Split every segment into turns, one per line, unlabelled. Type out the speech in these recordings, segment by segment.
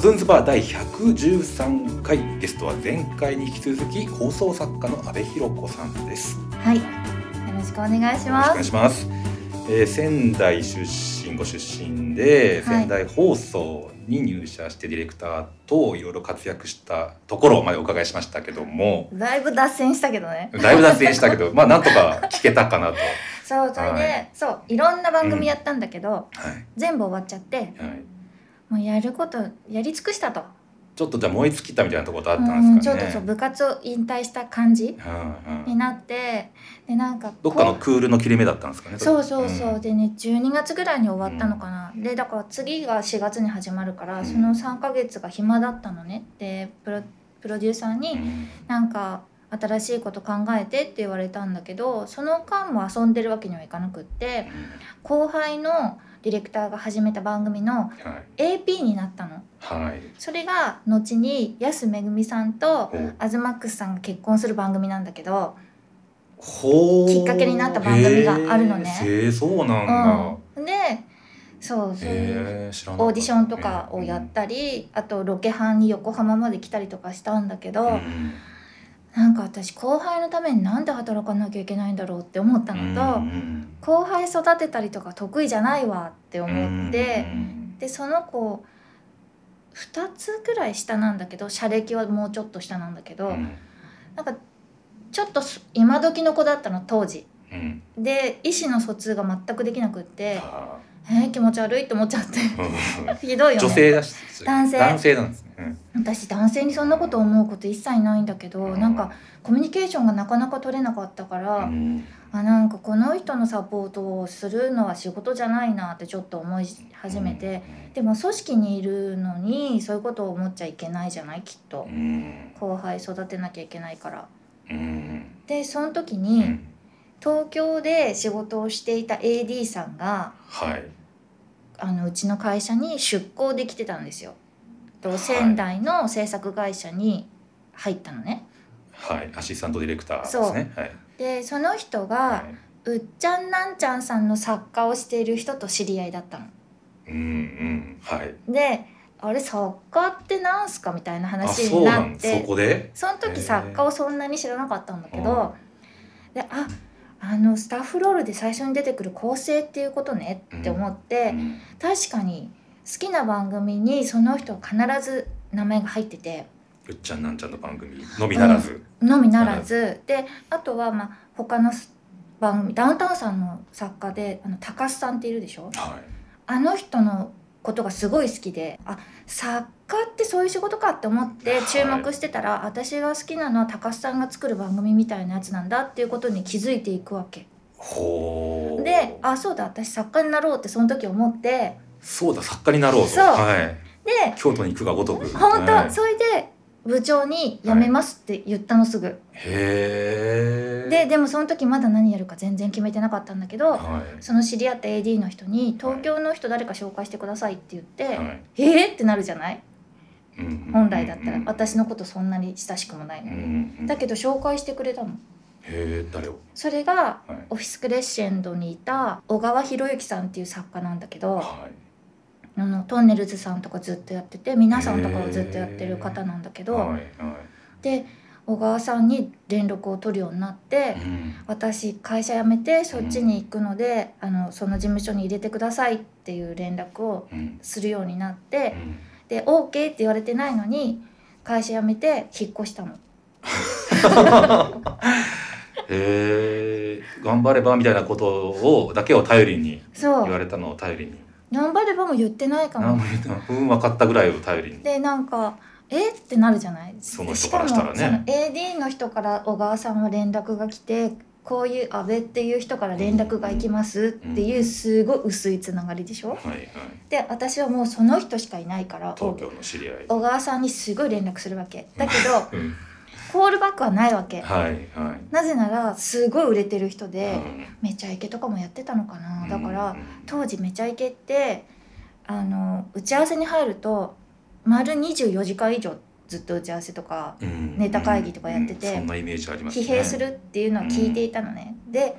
ズンズバー第113回ゲストは前回に引き続き放送作家の阿部寛子さんですよ
はい。よろしくお願い
ろしく
し
お
ま
願い
す。
します、えー仙台出身ご出身で
はい
仙台放送に入社してディレクターといろいろ活躍したところまでお伺いしましたけども
だいぶ脱線したけどね。
だいぶ脱線したけ どまあなんとか聞けたかなと
そう、それで、
はい
そう、いろんな番組やったんだけど、
はい、
全部終わっちゃって、
はい、
もうやること、やり尽くしたと。
ちょっとじゃあ燃え尽きたみたいなところあっ
う
たん
ん、
です
ちょ
か
っ
ね
とそう、部活を引退した感じ
うんう
に
ん、
なって、で、なんかこう、
どっかのクールの切れ目だったんですかね
そうそうそう、
ん
でね12月ぐらいに終わったのかな、でだから次が4月に始まるから、
うん
その3ヶ月が暇だったのねでプロプロデューサーに、
うん
なんか新しいこと考えてって言われたんだけどその間も遊んでるわけにはいかなくって後輩のディレクターが始めた番組の
はい
AP になったの
はい。
それが後に安めぐみさんと
お
アズマックスさんが結婚する番組なんだけど、
ほう
きっかけになった番組があるのね
へーへーそうなんだ。
うん、でそうそういう
へー知らなかった
オーディションとかをやっ。たりあとロケハンに横浜まで来たりとかしたんだけど、
うんうん
なんか私後輩のためになんで働かなきゃいけないんだろうって思ったのと。
うんうん
後輩育てたりとか得意じゃないわって思って、
うん
でその子2つぐらい下なんだけど社歴はもうちょっと下なんだけど、
うん
なんかちょっとす今時の子だったの当時
うん
で意思の疎通が全くできなくって
あ
えー、気持ち悪いって思っちゃって
ーうん
ひどいよね
女性だし
男性
男性なんですね。うん
私男性にそんなこと思うこと一切ないんだけど、なんかコミュニケーションがなかなか取れなかったから、
うん
あなんかこの人のサポートをするのは仕事じゃないなってちょっと思い始めて、でも組織にいるのにそういうことを思っちゃいけないじゃないきっと
うん
後輩育てなきゃいけないから。
うん
でその時
う
に、
ん
東京で仕事をしていた AD さんが
はい。
あのうちの会社に出向できてたんですよ。と
はい
仙台の制作会社に入ったのね。
はい。アシスタントディレクターですね。はい。
でその人
は
が、
いう
っちゃんなんちゃんさんの作家をしている人と知り合いだったの。
うんうんはい。
であれ作家ってなんすかみたいな
あ
話
そ
に
うな
なんっ
そ
て
こで。
その時作家をそんなに知らなかったんだけ
うん
ど、でああのスタッフロールで最初に出てくる構成っていうことねって思って、
うん
確かに好きな番組にその人は必ず名前が入ってて
よっちゃんなんちゃんの番組のみならず。
のみならず、であとはまあ他の番組ダウンタウンさんの作家であの高須さんっているでしょ
はい。
あの人のことがすごい好きであ作家ってそういう仕事かって思って注目してたら、私が好きなのは高須さんが作る番組みたいなやつなんだっていうことに気づいていくわけ
ほう
であそうだ私作家になろうってその時思って
そうだ作家になろうと
そう
はい、
で
京都に行くがごとく
本当、
はい
それで部長に「辞めます」って言ったのすぐ、
へえ
ででもその時まだ何やるか全然決めてなかったんだけど、
はい
その知り合った AD の人に「東京の人誰か紹介してください」って言って「
はい
えーっ?」ってなるじゃない
うんうんうん
本来だったら私のことそんなに親しくもないの
うんう
に、
んうん
だけど紹介してくれたの
へえ誰を
それが
はい
オフィスクレッシェンドにいた小川博之さんっていう作家なんだけど
はい
あのトンネルズさんとかずっとやってて皆さんとかをずっとやってる方なんだけど、
はい
で小川さんに連絡を取るようになって
はい、うん
私会社辞めてそっちに行くので、あのその事務所に入れてくださいっていう連絡を
うん
するようになっ
う
て、
ん
で OK って言われてないのに会社辞めて引っ越したの。
へえ頑張ればみたいなことをだけを頼りに
そう
言われたのを頼りに
頑張ればも言ってないか
何も
も
言ってないうん分かったぐらいを頼りに
でなんかえってなるじゃない
その人からしたらね
しかもその AD の人から小川さんは連絡が来てこういう阿部っていう人から連絡が行きますって
うん
いううんすごい薄いつながりでしょ
はいはい
で私はもうその人しかいないから
東京の知り合い
小川さんにすごい連絡するわけだけ ど
うん
コールバックはないわけ
はいはい
なぜならすごい売れてる人で、
う
めちゃイケとかもやってたのかなんだから、
うん
当時めちゃイケってあの打ち合わせに入ると丸24時間以上ずっと打ち合わせとか
うん
ネタ会議とかやってて
うんそんなイメージあります
疲弊するっていうのは聞いていたのね、で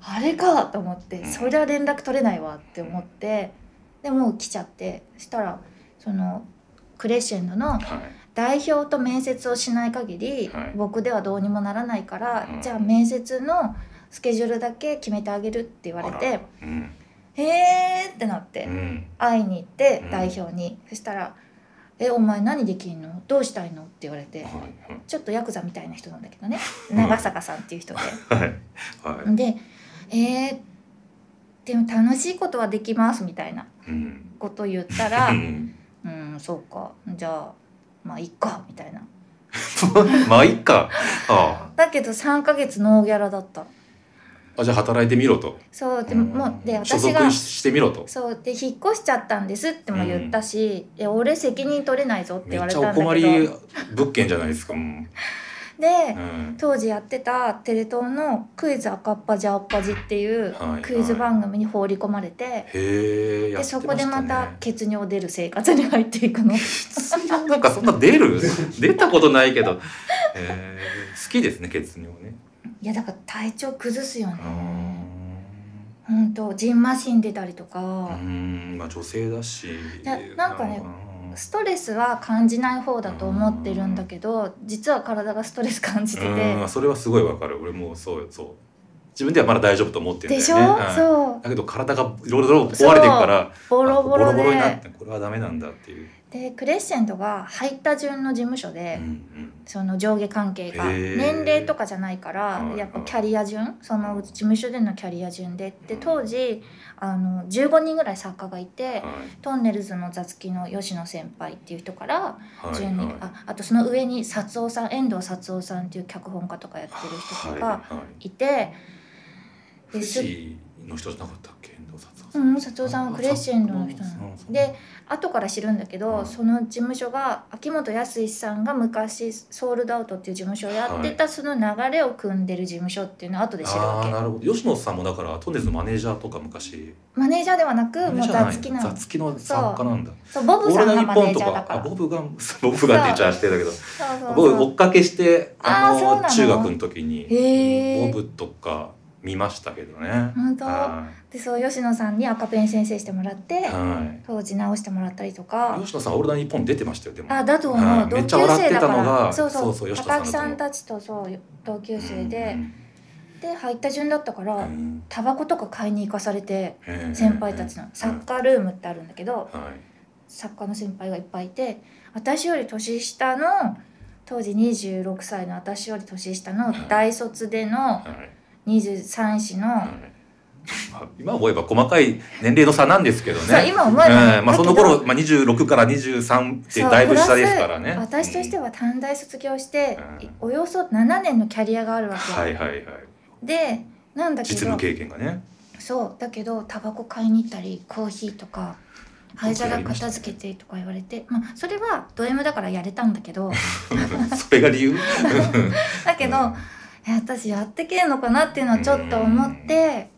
あれかと思って
うん
そりゃ連絡取れないわって思ってでもう来ちゃってそしたらそのクレッシェンドの
はい
代表と面接をしない限り、
はい
僕ではどうにもならないから、
うん
じゃあ面接のスケジュールだけ決めてあげるって言われ
あ
て
らうん
「へーってなって
うん
会いに行って
うん
代表に、そしたら「えお前何できんのどうしたいの?」って言われて
はい
ちょっとヤクザみたいな人なんだけどね
うん
長坂さんっていう人で。
はいはい
で「えー、でも楽しいことはできます」みたいな
うん
こと言ったら
う
「
ん
うんそうかじゃあまあいっか」みたいな。
まあいっかあ
だけど3ヶ月ノーギャラだった
ああじゃあ働いてみろと
そうで
うん
もうで
所
私が
属ししてみろと
そうで引っ越しちゃったんですっても言ったし、いや俺責任取れないぞっ
め
て言わ
っ
れ
ち
た
ゃお
んだ
困
け
り
ど
物件じゃないですかうん
で
うん
当時やってたテレ東の「クイズ赤っ端青っ端」っていう
はい
クイズ番組に放り込まれて、
へえや
で
って
そこでま
した
た
ね
血尿出る生活に入って いくの
なんかそんな出る出たことないけど、えー好きですね血尿ね
いやだから体調崩すよね
うーん
ほんとじんましん出たりと
うー
か、
んまあ女性だし
ななんかね
のな
ストレスは感じない方だと思ってるんだけど実は体がストレス感じてて
うんそれはすごいわかる俺もそうそう自分ではまだ大丈夫と思ってるん
で
だ
しょ、
よねはい
そう
だけど体がいろいろ壊れてるから
ボロボロ
あ
で
ボになってこれはダメなんだっていう、
でクレッシェンドが入った順の事務所
う
で、
ん
その上下関係が
へー
年齢とかじゃないか
はい
ら
はい
やっぱキャリア順その事務所でのキャリア順でで当時あの15人ぐらい作家がい
うん
て
は
トンネルズの座付きの吉野先輩っていう人から
いはい
順に、
は
ああとその上に薩夫さん遠藤薩夫さんっていう脚本家とかやってる人と
い
か
はい
いて、
富
です
士の人じゃなかったっけ遠藤さん
うん、佐藤さんはクレッシェンドの人なの
そう
で後から知るんだけど、
うん
その事務所が秋元康さんが昔ソールドアウトっていう事務所をやってた、その流れを組んでる事務所っていうのを後で知る
ああ
わ
なるほど吉野さんもだからトンネルズのマネージャーとか昔
けマネージャーではなく
マネ
も
ー
う
ジャーじゃ
座
ない
付きなの
雑記の作家なんだ
そう
「
ボブ
オー
さ
ル
ん
ナ
が
イ
マ
ト
ネ
ニッポ
ー
ン」と
ジャーだ
か
か
あ
ら
ボブが ボブがって言っちゃあしてだけど
そうそう
僕
そ
追
う
っかけしてあ
あーそうな
の
の
中学の時に
へー
ボブとか見ましたけどね
本当
は
でそう吉野さんに赤ペン先生してもらって
いはい
当時直してもらったりとか
吉野さん「オールナイトニッポン」出てましたよでも
あだと思
は
う
い
同
めっ
級
ちゃ笑っ
生
て
だ
た
か
の
ら
が
そうそう
そうそう吉野さんだと思う
高木さんたちとそう同級生でで入った順だったか
う
ら
ん
タバコとか買いに行かされて
うん
先輩たちの
うん
サッカールームってあるんだけど
はい
作家の先輩がいっぱいいて私より年下の当時26歳の私より年下の大卒での
はい
23子の
まあ今思えば細かい年齢の差なんですけどね。
そう今思えばね
ええまあ、その頃、まあ、26から23って
そう
だいぶ下です
プ
か
ラ
らね
ス。私としては短大卒業して
うん
およそ7年のキャリアがある
うん
わけ、
はいはいはい。
でなんだけ
実
ど
務経験がね。
そうだけどタバコ買いに行ったりコーヒーとか灰皿片付けてとか言われてまあそれはド M だからやれたんだけど
それが理由
だけど、
うん
え私やってけんのかなっていうのはちょっと思って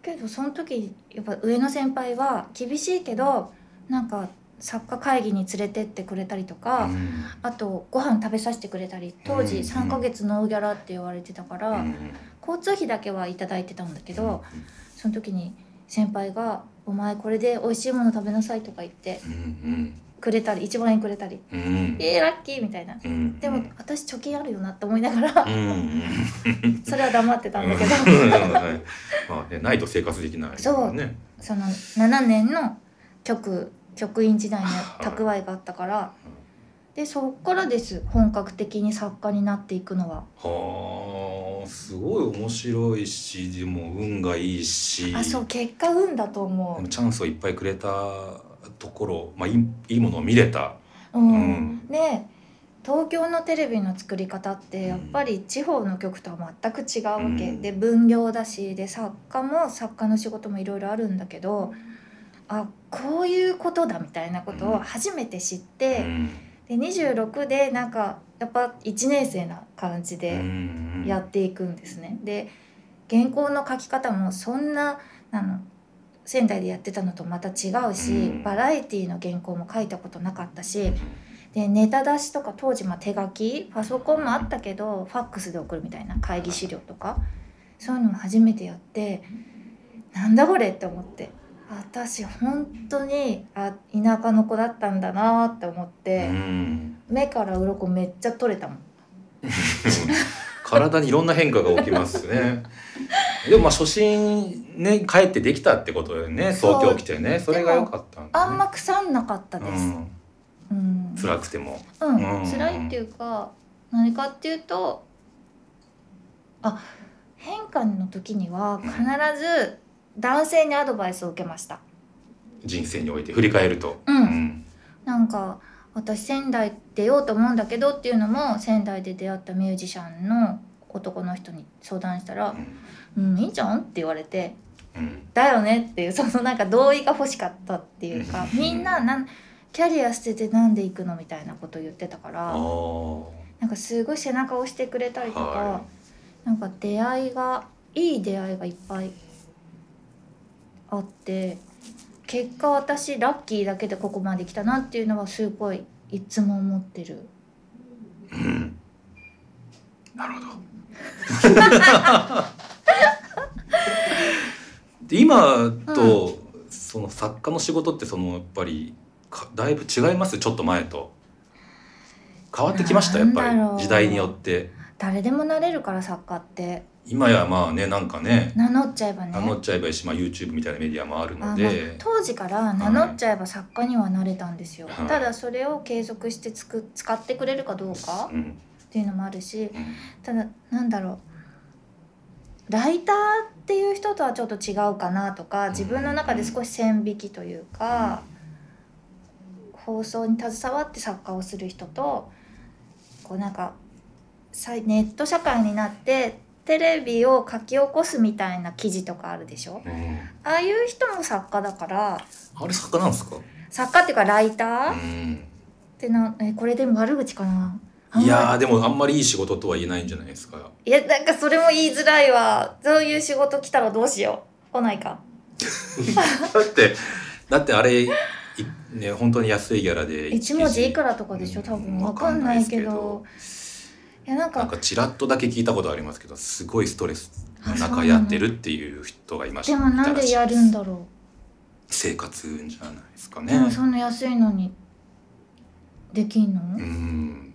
けどその時やっぱ上の先輩は厳しいけどなんか作家会議に連れてってくれたりとか、
うん
あとご飯食べさせてくれたり当時
うん
3ヶ月ノーギャラって言われてたから、
うん
交通費だけはいただいてたんだけどその時に先輩が「お前これで美味しいもの食べなさい」とか言って
うん
くれたり1万円くれたり
うんう
「
ん
えー、ラッキー」みたいな。
うん
でも私貯金あるよなって思いな がら
うんうん
それは黙ってたんだけど
うんはいまあね、ないと生活できないからね。
その7年の局局員時 代の蓄えがあったからでそっからです本格的に作家になっていくのは
はあすごい面白いしでも運がいいし
あそう結果運だと思
チャンスをいっぱいくれたところ、まあ、いいいいものを見れた、
う、
う
うん、
ん
で東京のテレビの作り方ってやっぱり地方の局とは全く違うわけ、
うん
で分業だしで作家も作家の仕事もいろいろあるんだけどあこういうことだみたいなことを初めて知って、で26でなんかやっぱ1年生な感じ
う
で
ん
やっていくんですね。で原稿の書き方もそんなあの仙台でやってたのとまた違うし、
うん
バラエティの原稿も書いたことなかったし。
うん
でネタ出しとか当時まあ手書きパソコンもあったけどファックスで送るみたいな会議資料とかそういうのも初めてやってなんだこれって思って私本当にあ田舎の子だったんだなって思っ
う
て、
ん
目から鱗めっちゃ取れたもん
体にいろんな変化が起きます ね。でもまあ初心ね帰ってできたってことでね
そう
東京来てねそれが良かったんだね
あんま腐んなかったです、
うん
うん
辛くても
うん
うん
辛いっていうか何かっていうとあ変化の時には必ず男性にアドバイスを受けました
人生において振り返ると。
うん
うん
なんか私仙台出ようと思うんだけどっていうのも仙台で出会ったミュージシャンの男の人に相談したら「うんいいじゃん」って言われて
うん
「だよね」っていうそのなんか同意が欲しかったっていうかみんななんキャリア捨ててなんで行くのみたいなこと言ってたか
あ
ら
ー
なんかすごい背中を押してくれたりとか、
は
なんか出会いがいい出会いがいっぱいあって結果私ラッキーだけでここまで来たなっていうのはすごいいつも思ってる
い。うんなるほど。で今とその作家の仕事ってそのやっぱりかだいぶ違いますちょっと前と。変わってきましたやっぱ
なんだろう
り時代によって。
誰でもなれるから作家って
今やまあねなんかね
名乗っちゃえばね
名乗っちゃえばいいし、まあ、YouTube みたいなメディアもある
あ
の
まあ
で
当時から名乗っちゃえば作家にはなれたんですよ、
はい
ただそれを継続してつく使ってくれるかどうか
うんうん
っていうのもあるしただなんだろうライターっていう人とはちょっと違うかなとか自分の中で少し線引きというか、放送に携わって作家をする人とこうなんかさいネット社会になってテレビを書き起こすみたいな記事とかあるでしょ
うん
ああいう人も作家だから
あれ作家なんですか、
作家っていうかライター、
う
っ
ん
てなえこれでも悪口かない
やーでもあんまりいい仕事とは言えないんじゃないですか
いやなんかそれも言いづらいわそういう仕事来たらどうしよう来ないか
だってだってあれいね本当に安いギャラで
1文字いくらとかでしょ多分わかんないけどいやなん
なん
か
かちらっとだけ聞いたことありますけどすごいストレスの
あそうな
中
の
やってるっていう人がいました
でもなんでやるんだろ
生活運じゃないですか
う、
ね
でもそんな安いのにできんの、
うん、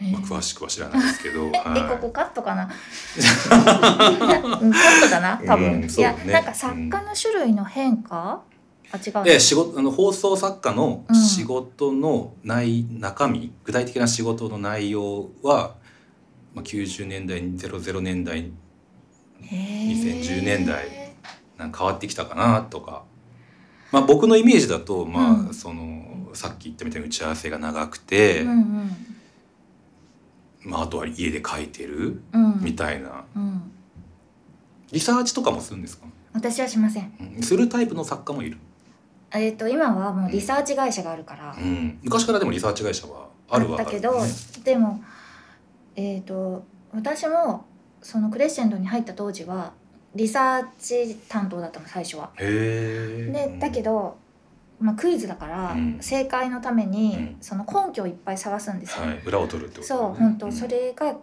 え
まあ、詳しくは知らないですけど、
えこ
は
こカット かなうんカットだな多分、
うん
い
そう
や
ね
なんか作家の種類の変化、あ違う
い、で仕事あの放送作家の
うん
仕事の内、中身具体的な仕事の内容は、まあ、90年代00年代2010
2010
年代なんか変わってきたかなとか、まあ、僕のイメージだと、ま
う
あ、
ん
そのさっき言ったみたいに打ち合わせが長くて、
うん
まあ、あとは家で書いてる
うんうん
みたいな
うん
リサーチとかもするんですか、
私はしません
うんするタイプの作家もいる、
えっと今はもうリサーチ会社があるから、
うん、昔からでもリサーチ会社はあるは
だけど、
ね
でもえっ、と私もそのクレッシェンドに入った当時はリサーチ担当だったの最初は。
へ
でだけ
ど、
ど、まあ、クイズだから、
うん
正解のために、
うん
その根拠をいっぱい探すんですよ。
はい、裏を取るってことだ
そ
よ
う
ね
本当
ん
それが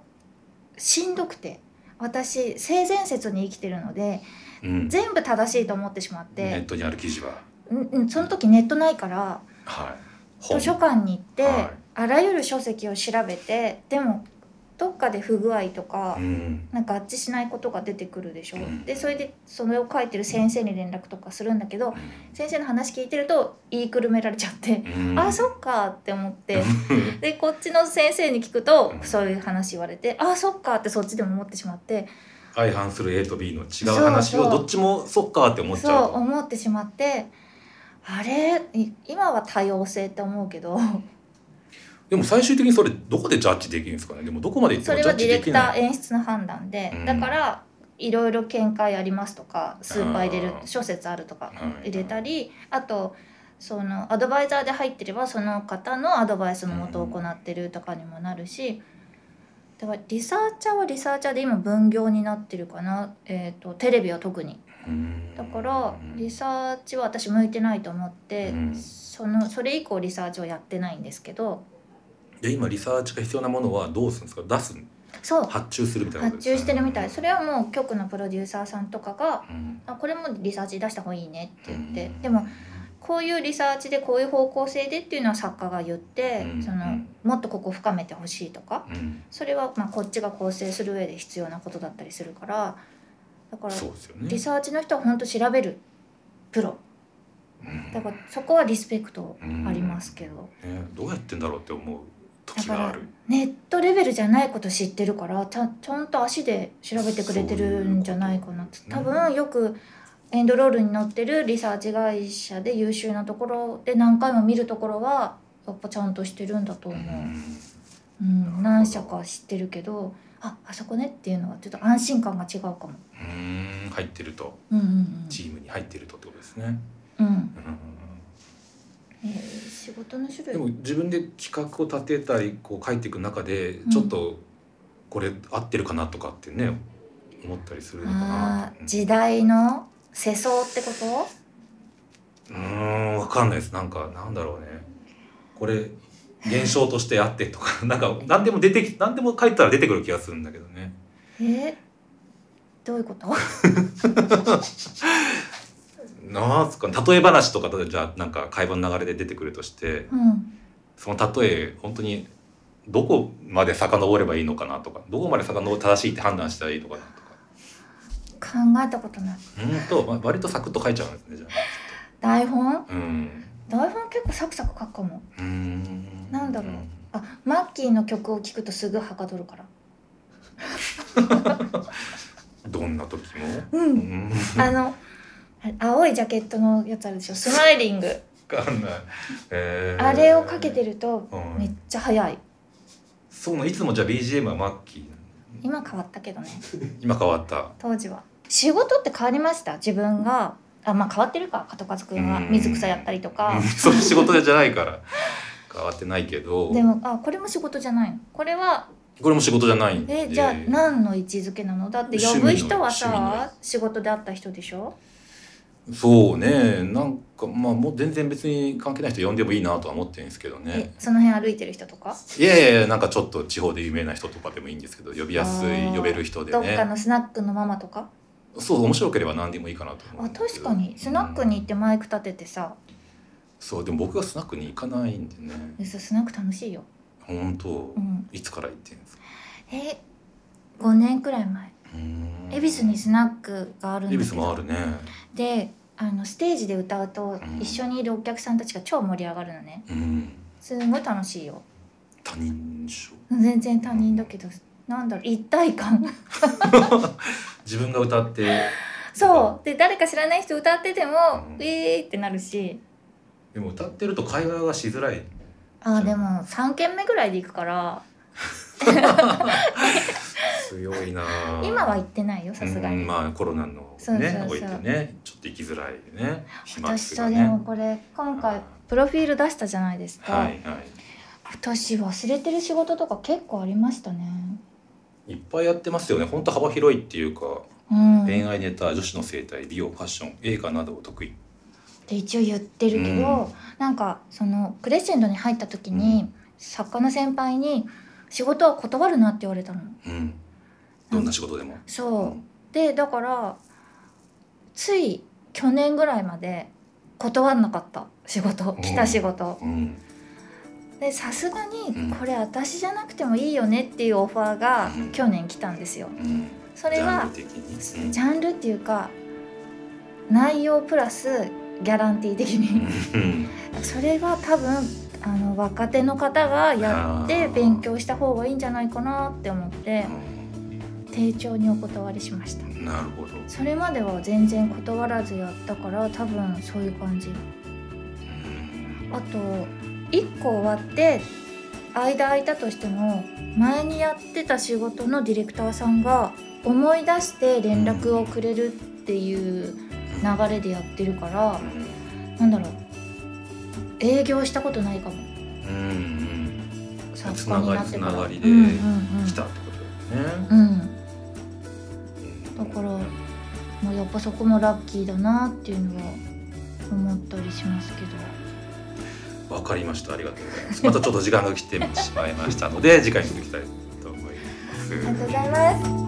しんどくて私性善説に生きてるので
うん
全部正しいと思ってしまっ
ネッ
て、
トにある記事は、
うんうん、その時ネットないから
はい、
図書館に行って、
はい
あらゆる書籍を調べてでもどっかで不具合とか,、
うん
なんか合致しないことが出てくるでしょ、
うん
でそれでそれを書いてる先生に連絡とかするんだけど先生の話聞いてると言いくるめられちゃって、
うん
あそっかって思ってでこっちの先生に聞くと
うん
そういう話言われてあそっかってそっちでも思ってしまって
相反する A と B の違う話
そう
を
そう
どっちもそっかって思っち
そう
ゃうと
思ってしまってあれい今は多様性って思うけど
でも最終的にそれどこでジャッジできるんですかねでもどこまで行って
そ
も
れ
ジャ
は
ッ
デ
ジ
ィレ
で
ク
き
タ
な
ー
い
演出の判断で、
うん
だからいろいろ見解ありますとかスーパー入れる
あー
諸説あるとか
はい
入れたりあとそのアドバイザーで入ってればその方のアドバイスのもと行ってるとかにもなるし、だからリサーチャーはリサーチャーで今分業になってるかな、えー、とテレビは特に
うん
だから
うん
リサーチは私向いてないと思って、
うん
そのそれ以降リサーチをやってないんですけど
で今リサーチが必要なものはどうするんですか出すん
そう
発注するみたいなこ
発
とですね
注してるみたいそれはもう局のプロデューサーさんとかが
うん
「あこれもリサーチ出した方がいいね」って言って、
うん
でもこういうリサーチでこういう方向性でっていうのは作家が言って、
うん
そうの
ん
もっとここ深めてほしいとか
うん
それはまあこっちが構成する上で必要なことだったりするからだから
そうですよね
リサーチの人は本当調べるプロ
うん
だからそこはリスペクトありますけど、
ねどうやってんだろうって思う
だ
時
か
があ
ら
る
ネットレベルじゃないこと知ってるからちゃんちゃんと足で調べてくれてるんじゃないかなって
そういう
多
こと
分よくエンドロールに載ってるリサーチ会社で優秀なところで何回も見るところはやっぱちゃんとしてるんだと
う
思う、
ん
う
な
ん
るほど
何社か知ってるけどああそこねっていうのはちょっと安心感が違うかも。
うん入ってると
うんうん
チームに入ってるとってことですね、
うんうん
うん
えー仕事の種
でも
類
自分で企画を立てたりこう書いていく中で
ん
ちょっとこれ合ってるかなとかってね思ったりするのか
あ
な
ー時代の世相ってこと
うーんわかんないですなんかなんだろうねこれ現象としてあってとか なんか何でも出てき何でも書いたら出てくる気がするんだけどね
えーどういうこと
なんすか例え話とかだとじゃあなんか会話の流れで出てくるとして
うん
その例え本当にどこまで遡ればいいのかなとかどこまで遡って正しいって判断したらいいのかなとか
考えたことない
うんと、まあ、割とサクッと書いちゃうんですねじゃ
台本
あうん
台本結構サクサク書くかも
うーん
なんだろうあマッキーの曲を聴くとすぐはかどるから
どんな時も
う
うんん
あのあれ青いジャケットのやつあるでしょスマイリング
わかんない、えー
あれをかけてると
うん
めっちゃ早い
そうなのいつもじゃあ BGM はマッキーなの
今変わったけどね
今変わった
当時は仕事って変わりました自分があまあ変わってるか加藤和くんは
うん
水草やったりとか
うんそういう仕事じゃないから変わってないけど
でもあこれも仕事じゃないのこれは
これも仕事じゃないんで
えじゃあ何の位置づけなのだって呼ぶ人はさ仕事で会った人でしょ
そうねなんかまあもう全然別に関係ない人呼んでもいいなとは思ってるんですけど
え
ね
その辺歩いてる人とか
いやいやいやなんかちょっと地方で有名な人とかでもいいんですけど呼びやす
あー
い呼べる人で
どっか
ね
のスナックのママとか、
そう面白ければ何でもいいかなと思う
あ
んですけ
確
ど
かにスナックに行っ
うん
てマイク立ててさ、
そうでも僕はスナックに行かないんでね
そうスナック楽しいよ、
本当
うん、
いつから行ってんですか
え5年くらい前
うーん
恵比寿にスナックがあるんだ
恵
け
比寿もあ
ど
るね
であのステージで歌うと
うん
一緒にいるお客さんたちが超盛り上がるのね
うん
すんごい楽しいよ
他人賞
全然他人だけどなんだろう一体感
自分が歌って
そうで誰か知らない人歌ってても
うん
ウィーってなるし
でも歌ってると会話がしづらい
あーでも3軒目ぐらいで行くから
強いなあ
今は行ってないよさすが
う
に
ん。まあコロナの
そうそうそう
ね置いてねちょっと行きづらいね暇つ
私
き
さ
が
で
ね
もこれ今回プロフィール出したじゃないですか、
はいはい
私忘れてる仕事とか結構ありましたね
いっぱいやってますよね本当幅広いっていうか、
うん
恋
っ
愛ネタ女子の生態美容ファッション映画などを得意
て一応言ってるけど、
うん
なんかそのクレッシェンドに入った時に、作家の先輩に仕事は断るなって言われたの
うんどんな仕事でも
そう、
うん
でだからつい去年ぐらいまで断んなかった仕事
ん
来た仕事、
うん
でさすが
うん
にこれ私じゃなくてもいいよねっていうオファーが
うん
去年来たんですよ
うん
それは
ジャンル的に、うん
ジャンルっていうか内容プラスギャランティー的に
うん
それは多分あの若手の方がやって
あー
勉強した方がいいんじゃないかなって思って丁重にお断りしました
うんなるほど
それまでは全然断らずやったから多分そういう感じ
うん
あと1個終わって間空いたとしても前にやってた仕事のディレクターさんが思い出して連絡をくれるっていう流れでやってるからなんだろう営業したことないかも
うんうん
作
つ
家
な
に
が
な
り
っ
つ
てか
な
ら
がりで
うんうんうん
来たってことだよね
うん
う
だ
ん
からまあやっぱそこもラッキーだなっていうのは思ったりしますけど
わかりました。ありがとうございます。またちょっと時間が来てしまいましたので、次回に続きたいと思います。ます
ありがとうございます